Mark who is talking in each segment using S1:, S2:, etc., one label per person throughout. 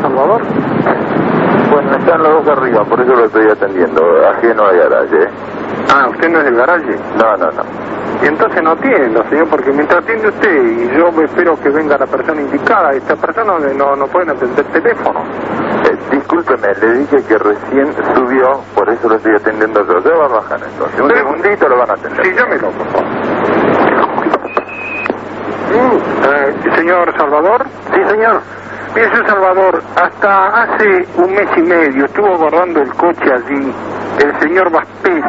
S1: Salvador?
S2: Bueno, Pues están los dos arriba, por eso lo estoy atendiendo, ajeno al garaje. ¿eh?
S1: Ah, usted no es del garaje.
S2: No, no, no.
S1: Y entonces no atiendo, señor, porque mientras atiende usted y yo espero que venga la persona indicada, esta persona no, no pueden atender teléfono.
S2: Eh, discúlpeme, le dije que recién subió, por eso lo estoy atendiendo yo. Ya va a bajar entonces. Un
S1: Pero-
S2: segundito lo van a atender.
S1: Sí, llámelo, por favor. Eh, señor Salvador.
S2: Sí, señor.
S1: Mire, señor Salvador, hasta hace un mes y medio estuvo guardando el coche allí el señor Baspeli.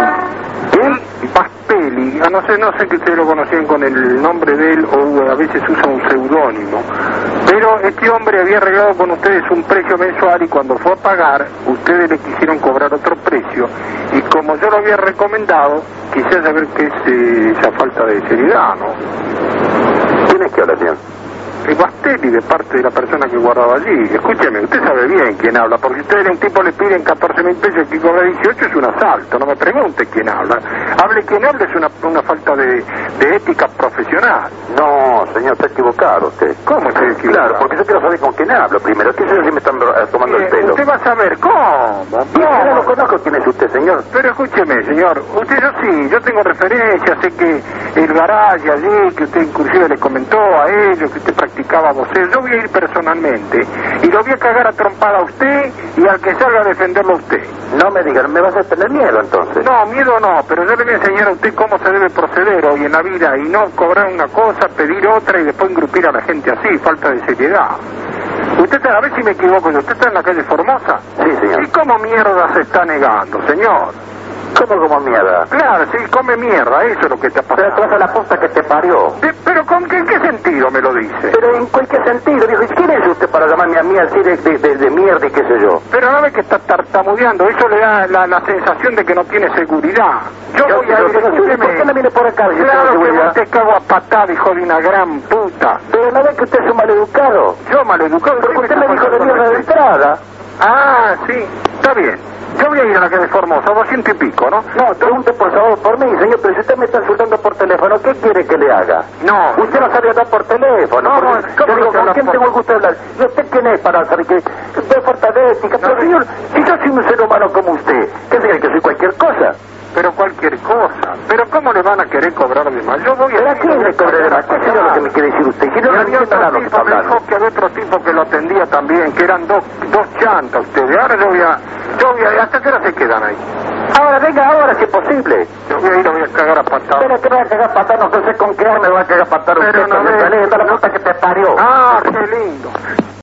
S1: ¿Quién? Baspeli. Ah, No sé, no sé que ustedes lo conocían con el nombre de él o a veces usa un seudónimo. Pero este hombre había arreglado con ustedes un precio mensual y cuando fue a pagar, ustedes le quisieron cobrar otro precio. Y como yo lo había recomendado, quisiera saber qué es eh, esa falta de seriedad, ¿no?
S2: ¿Quién es que habla, señor?
S1: El Bastelli de parte de la persona que guardaba allí. Escúcheme, usted sabe bien quién habla, porque ustedes a un tipo le piden 14 mil pesos y cobra 18 es un asalto. No me pregunte quién habla. Hable quién habla es una, una falta de, de ética profesional.
S2: No, señor, está equivocado usted.
S1: ¿Cómo estoy equivocado?
S2: Claro, porque yo quiero saber con quién hablo primero. ¿Qué es eso que me están eh, tomando
S1: Eh,
S2: el pelo?
S1: Usted va a saber cómo.
S2: Y Yo no lo
S1: ¿Cómo?
S2: conozco quién es usted, señor.
S1: Pero escúcheme, señor, usted yo sí, yo tengo referencias, sé que el garaje allí, que usted inclusive le comentó a ellos, que usted practicaba voceo, yo voy a ir personalmente y lo voy a cagar a trompada a usted y al que salga a defenderlo a usted.
S2: No me digan, me vas a tener miedo entonces.
S1: No, miedo no, pero yo le voy a enseñar a usted cómo se debe proceder hoy en la vida y no cobrar una cosa, pedir otra y después engrupir a la gente así, falta de seriedad. Usted está, a ver si me equivoco, yo, usted está en la calle Formosa.
S2: Sí, señor.
S1: ¿Y cómo mierda se está negando, señor?
S2: ¿Cómo como mierda?
S1: Claro, sí, come mierda, eso es lo que está
S2: Pero tú vas
S1: pasando.
S2: a la posta que te parió.
S1: De- pero con qué, en qué sentido me lo dice?
S2: Pero en cualquier sentido, dijo, ¿y quién es usted para llamarme a mí así de, de, de- de mierda y qué sé yo?
S1: Pero no ve que está tartamudeando, eso le da la, la sensación de que no tiene seguridad. Yo,
S2: Yo-
S1: voy a
S2: yo
S1: ir,
S2: tengo seguridad.
S1: escúcheme.
S2: ¿Por qué no viene por acá, si tengo
S1: Claro que
S2: seguridad?
S1: vos te cago a patada, hijo de una gran puta.
S2: Pero no ve que usted es un maleducado.
S1: Yo maleducado,
S2: Porque usted
S1: ¿qué
S2: me
S1: está
S2: dijo de
S1: pasando
S2: mierda
S1: con
S2: de
S1: este?
S2: entrada.
S1: Ah, sí, está bien. Yo voy a ir a la calle Formosa, 200 y pico, ¿no?
S2: No, pregunte por favor por mí, señor, pero si usted me está insultando por teléfono, ¿qué quiere que le haga?
S1: No.
S2: Usted no sabe hablar por teléfono.
S1: No,
S2: porque-
S1: no, ¿cómo
S2: yo digo,
S1: que habla
S2: ¿con quién
S1: por-
S2: tengo el gusto de hablar? ¿Y usted quién es para saber que de falta de ética?
S1: No,
S2: Pero
S1: no.
S2: señor, si yo soy un ser humano como usted, ¿qué cree que soy cualquier cosa?
S1: Pero cualquier cosa. Pero ¿cómo le van a querer cobrar de más? Yo voy a
S2: ¿Pero a
S1: ir y
S2: quién
S1: voy a
S2: le cobré de
S1: cagar a
S2: más? ¿Qué es lo
S1: patada.
S2: que me quiere decir usted? Si
S1: Y
S2: no, no
S1: había
S2: entiendo
S1: otro
S2: nada de lo que está
S1: tipo, me
S2: hablando.
S1: dijo que había otro tipo que lo atendía también, que eran dos, dos chantas ustedes. Ahora yo voy a... Yo voy a... ¿Hasta qué hora se quedan ahí?
S2: Ahora, venga, ahora si es posible.
S1: Yo voy a ir, lo voy a cagar a patadas.
S2: Pero que me va a cagar patar, no sé con qué arma me va a cagar patar
S1: Pero
S2: usted.
S1: no
S2: con el
S1: ve-
S2: talento, la puta que te parió.
S1: Ah, qué lindo.